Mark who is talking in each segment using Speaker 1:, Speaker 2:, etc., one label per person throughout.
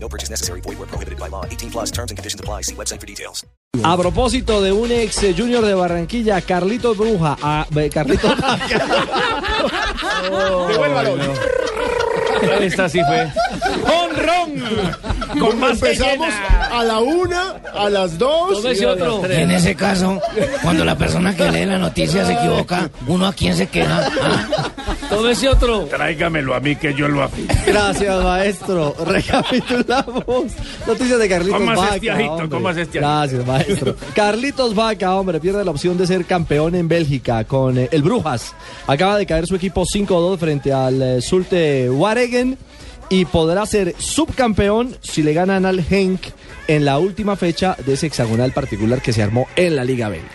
Speaker 1: No purchase necessary. Void where prohibited by law. 18 plus terms and conditions apply. See website for details.
Speaker 2: A propósito de un ex eh, junior de Barranquilla, Carlitos Bruja. ah, eh, Carlitos.
Speaker 3: Esta sí fue. ¡Honrón! Con más que
Speaker 4: Empezamos
Speaker 3: llena.
Speaker 4: a la una, a las dos.
Speaker 3: Tómese otro.
Speaker 5: En ese caso, cuando la persona que lee la noticia se equivoca, ¿uno a quién se queja? Ah,
Speaker 2: Tómese otro.
Speaker 3: Tráigamelo a mí que yo lo aplico.
Speaker 2: Gracias, maestro. Recapitulamos. Noticias de Carlitos
Speaker 3: Comas
Speaker 2: Vaca.
Speaker 3: este ajito,
Speaker 2: hombre.
Speaker 3: comas este ajito.
Speaker 2: Gracias, maestro. Carlitos Vaca, hombre, pierde la opción de ser campeón en Bélgica con eh, el Brujas. Acaba de caer su equipo 5-2 frente al eh, Zulte Wareggen y podrá ser subcampeón si le ganan al Henk en la última fecha de ese hexagonal particular que se armó en la Liga Belga.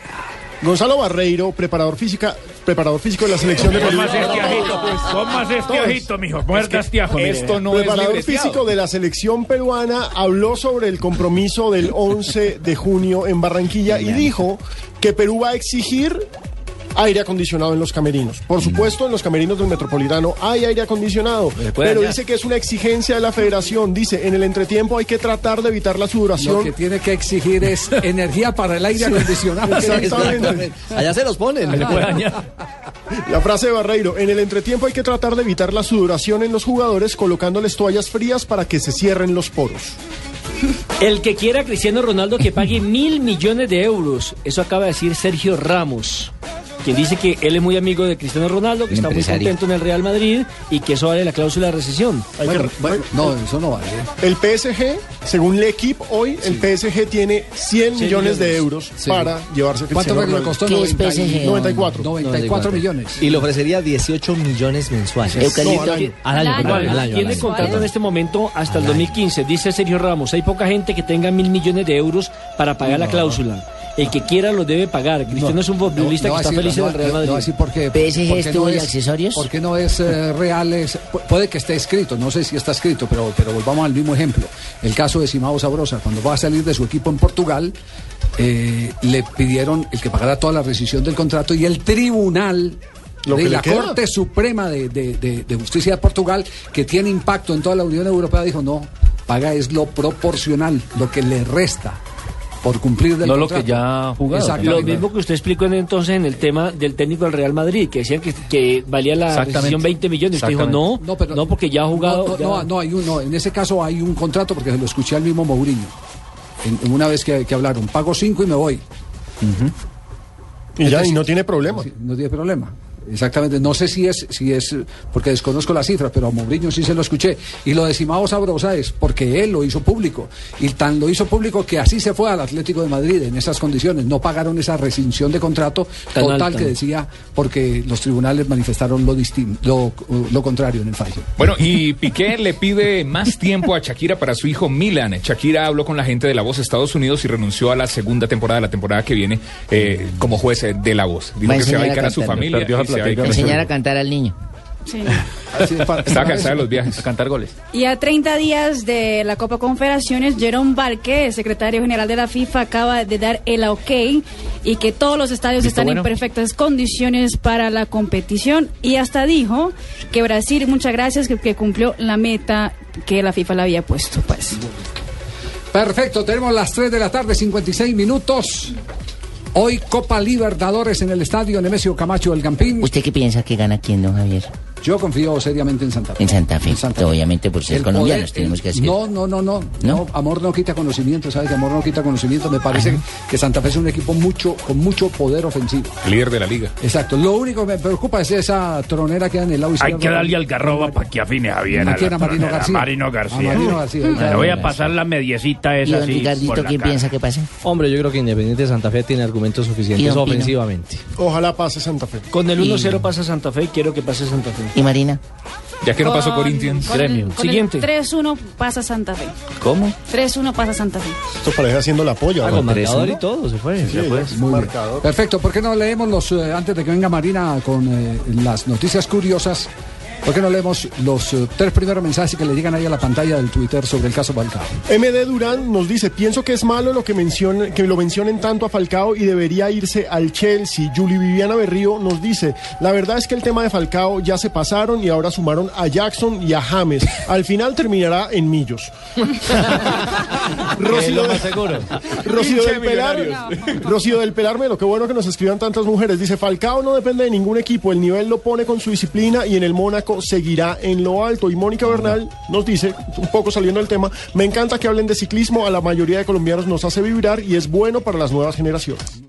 Speaker 4: Gonzalo Barreiro, preparador física, preparador físico de la selección de Colombia.
Speaker 3: Comas este ajito. Comas este
Speaker 4: Todos.
Speaker 3: ajito, mijo. Muerta este ajo. mire.
Speaker 4: preparador físico de la selección peruana habló sobre el compromiso del 11 de junio en Barranquilla y dijo que Perú va a exigir aire acondicionado en los camerinos. Por
Speaker 6: Mm.
Speaker 4: supuesto, en los camerinos del Metropolitano hay aire acondicionado, pero
Speaker 2: ya.
Speaker 4: dice que es una exigencia de la federación. Dice, en el entretiempo hay que tratar de evitar la sudoración.
Speaker 6: Lo que tiene que exigir es energía para el aire acondicionado.
Speaker 4: Exactamente.
Speaker 2: Allá se los ponen.
Speaker 4: La frase de Barreiro, en el entretiempo hay que tratar de evitar la sudoración en los jugadores colocándoles toallas frías para que se cierren los poros.
Speaker 7: El que quiera a Cristiano Ronaldo que pague mil millones de euros. Eso acaba de decir Sergio Ramos, quien dice que él es muy amigo de Cristiano Ronaldo, que
Speaker 5: El
Speaker 7: está muy
Speaker 5: empresario.
Speaker 7: contento en el Real Madrid y que eso vale la cláusula de rescisión.
Speaker 4: Hay que-
Speaker 6: Bueno, no, eso no vale.
Speaker 4: eh, El PSG, según el equipo, hoy el PSG tiene 100 millones de euros
Speaker 6: Sí.
Speaker 4: para llevarse a
Speaker 6: ¿Cuánto
Speaker 4: Cristiano
Speaker 6: fue que le
Speaker 4: Ronaldo.
Speaker 6: costó?
Speaker 8: ¿Qué es PSG?
Speaker 4: 94.
Speaker 6: 94 millones.
Speaker 2: Y le ofrecería 18 millones mensuales.
Speaker 4: No, al año.
Speaker 2: Al año,
Speaker 8: Al
Speaker 2: perdón,
Speaker 8: año.
Speaker 2: al año, al
Speaker 7: Tiene
Speaker 2: año.
Speaker 7: contrato en
Speaker 2: Perdón.
Speaker 7: este momento hasta el 2015, dice Sergio Ramos. Hay poca gente que tenga mil millones de euros para pagar la cláusula. El que quiera lo debe pagar. Cristiano es un futbolista
Speaker 6: No,
Speaker 7: que
Speaker 6: no
Speaker 7: está
Speaker 6: va a
Speaker 7: feliz
Speaker 6: decir-
Speaker 7: en el
Speaker 6: no,
Speaker 7: Real
Speaker 6: no,
Speaker 7: Madrid.
Speaker 6: No, así porque.
Speaker 5: PSG
Speaker 6: porque
Speaker 5: estuvo de
Speaker 6: es-
Speaker 5: accesorios.
Speaker 6: Porque no es eh, real. es- pu- puede que esté escrito, no sé si está escrito, pero, pero volvamos al mismo ejemplo. El caso de Simao Sabrosa, cuando va a salir de su equipo en Portugal. eh, le pidieron el que pagara toda la rescisión del contrato y el tribunal
Speaker 4: Lo que
Speaker 6: de
Speaker 4: le
Speaker 6: la
Speaker 4: queda.
Speaker 6: Corte Suprema de, de- de- de Justicia de Portugal, que tiene impacto en toda la Unión Europea, dijo no, paga es lo proporcional, lo que le resta por cumplir del
Speaker 3: No lo
Speaker 6: contrato.
Speaker 3: que ya ha jugado.
Speaker 7: Lo
Speaker 6: Exactamente.
Speaker 7: mismo que usted explicó en entonces en el tema del técnico del Real Madrid, que decían que, que valía la
Speaker 3: Exactamente.
Speaker 7: decisión 20 millones. Usted dijo, no, no,
Speaker 6: pero-
Speaker 7: porque ya ha jugado.
Speaker 6: No, no,
Speaker 7: ya-
Speaker 6: no, no, hay un- no, en ese caso hay un contrato porque se lo escuché al mismo Mourinho. En, en una vez que, que hablaron, pago cinco y me voy.
Speaker 4: Y ya, y no tiene problema.
Speaker 6: Sí, No tiene problema. Exactamente, no sé si es, si es, eh, porque desconozco las cifras, pero a Mourinho sí se lo escuché. Y lo de Simao Sabrosa es porque él lo hizo público. Y tan lo hizo público que así se fue al Atlético de Madrid en esas condiciones. No pagaron esa rescisión de contrato
Speaker 7: Tan
Speaker 6: total
Speaker 7: alta.
Speaker 6: que decía porque los tribunales manifestaron lo, distin- lo, lo contrario en el fallo.
Speaker 9: Bueno, y Piqué le pide más tiempo a Shakira para su hijo Milan. Shakira habló con la gente de La Voz Estados Unidos y renunció a la segunda temporada, la temporada que viene, eh, como juez de La Voz. Dijo
Speaker 5: Va a
Speaker 9: que se
Speaker 5: enseñar
Speaker 9: va a
Speaker 5: a
Speaker 9: dedicar a su
Speaker 5: cantar,
Speaker 9: familia.
Speaker 3: perdió la
Speaker 9: y se va a
Speaker 3: plática.
Speaker 9: dedicar a su-
Speaker 5: enseñar a cantar al niño.
Speaker 6: Así de fa-
Speaker 9: Estaba cansada de los viajes.
Speaker 3: A cantar goles.
Speaker 10: Y a 30 días de la Copa Confederaciones, Jerome Barquet, secretario general de la FIFA, acaba de dar el ok y que todos los estadios
Speaker 3: ¿Visto
Speaker 10: están
Speaker 3: bueno?
Speaker 10: en perfectas condiciones para la competición. Y hasta dijo que Brasil, muchas gracias, que, que cumplió la meta que la FIFA le había puesto. Pues.
Speaker 6: Perfecto, tenemos las 3 de la tarde, 56 minutos. Hoy Copa Libertadores en el estadio Nemesio Camacho del Campín.
Speaker 5: ¿Usted qué piensa que gana quién, don Javier?
Speaker 6: Yo confío seriamente en Santa Fe.
Speaker 5: En Santa Fe.
Speaker 6: En Santa Fe.
Speaker 5: Obviamente, por ser
Speaker 6: El
Speaker 5: colombianos,
Speaker 6: poder-
Speaker 5: tenemos que
Speaker 6: el-
Speaker 5: hacer.
Speaker 6: No, no, no, no, no. Amor no quita conocimiento, ¿sabes? Que amor no quita conocimiento. Me parece que Santa Fe es un equipo mucho, con mucho poder ofensivo.
Speaker 9: Líder de la liga.
Speaker 6: Exacto. Lo único que me preocupa es esa tronera que da en el lado
Speaker 3: Hay
Speaker 6: izquierdo.
Speaker 3: que darle al garroba para que afine Javier.
Speaker 6: ¿A quién?
Speaker 3: la
Speaker 6: ¿A Marino
Speaker 3: tronera.
Speaker 6: García?
Speaker 3: Marino García.
Speaker 6: A Marino García.
Speaker 3: Me le voy a pasar la mediecita
Speaker 5: ¿Y
Speaker 3: esa
Speaker 5: don
Speaker 3: así. por
Speaker 5: Ricardito
Speaker 3: la
Speaker 5: quién
Speaker 3: cara.
Speaker 5: piensa que pasa?
Speaker 2: Hombre, yo creo que Independiente de Santa Fe tiene argumentos
Speaker 5: ¿Y
Speaker 2: suficientes
Speaker 5: don Pino?
Speaker 2: ofensivamente.
Speaker 4: Ojalá pase Santa Fe.
Speaker 7: Con el
Speaker 5: Y-
Speaker 7: 1-0 pasa Santa Fe, quiero que pase Santa Fe.
Speaker 5: ¿Y Marina?
Speaker 9: Ya que no pasó Corinthians.
Speaker 10: Con el- con el 3-1 pasa Santa Fe.
Speaker 9: ¿Cómo?
Speaker 10: 3-1 pasa Santa Fe.
Speaker 4: Esto parece haciendo la polla.
Speaker 2: Ah,
Speaker 4: ¿no?
Speaker 2: con marcador y
Speaker 4: ¿no?
Speaker 2: todo, se fue.
Speaker 4: Sí, ya,
Speaker 6: Muy bien.
Speaker 4: marcador.
Speaker 6: Perfecto, ¿por qué no leemos los, eh, antes de que venga Marina con eh, las noticias curiosas, ¿por qué no leemos los eh, tres primeros mensajes que le llegan ahí a la pantalla del Twitter sobre el caso Balcao?
Speaker 4: MD Durán nos dice, pienso que es malo lo que, mencionen, que lo mencionen tanto a Falcao y debería irse al Chelsea. Julie Viviana Berrío nos dice, la verdad es que el tema de Falcao ya se pasaron y ahora sumaron a Jackson y a James. Al final terminará en Millos.
Speaker 3: Es
Speaker 4: Rocío,
Speaker 3: lo
Speaker 4: de-
Speaker 3: más seguro.
Speaker 4: Rocío
Speaker 3: Hincha
Speaker 4: del
Speaker 3: de
Speaker 4: Pelar, Rocío del Pelar, Melo, qué bueno que nos escriban tantas mujeres. Dice, Falcao no depende de ningún equipo, el nivel lo pone con su disciplina y en el Mónaco seguirá en lo alto. Y Mónica Bernal nos dice, un poco saliendo del tema, me encanta que hablen de ciclismo, a la mayoría de colombianos nos hace vibrar y es bueno para las nuevas generaciones.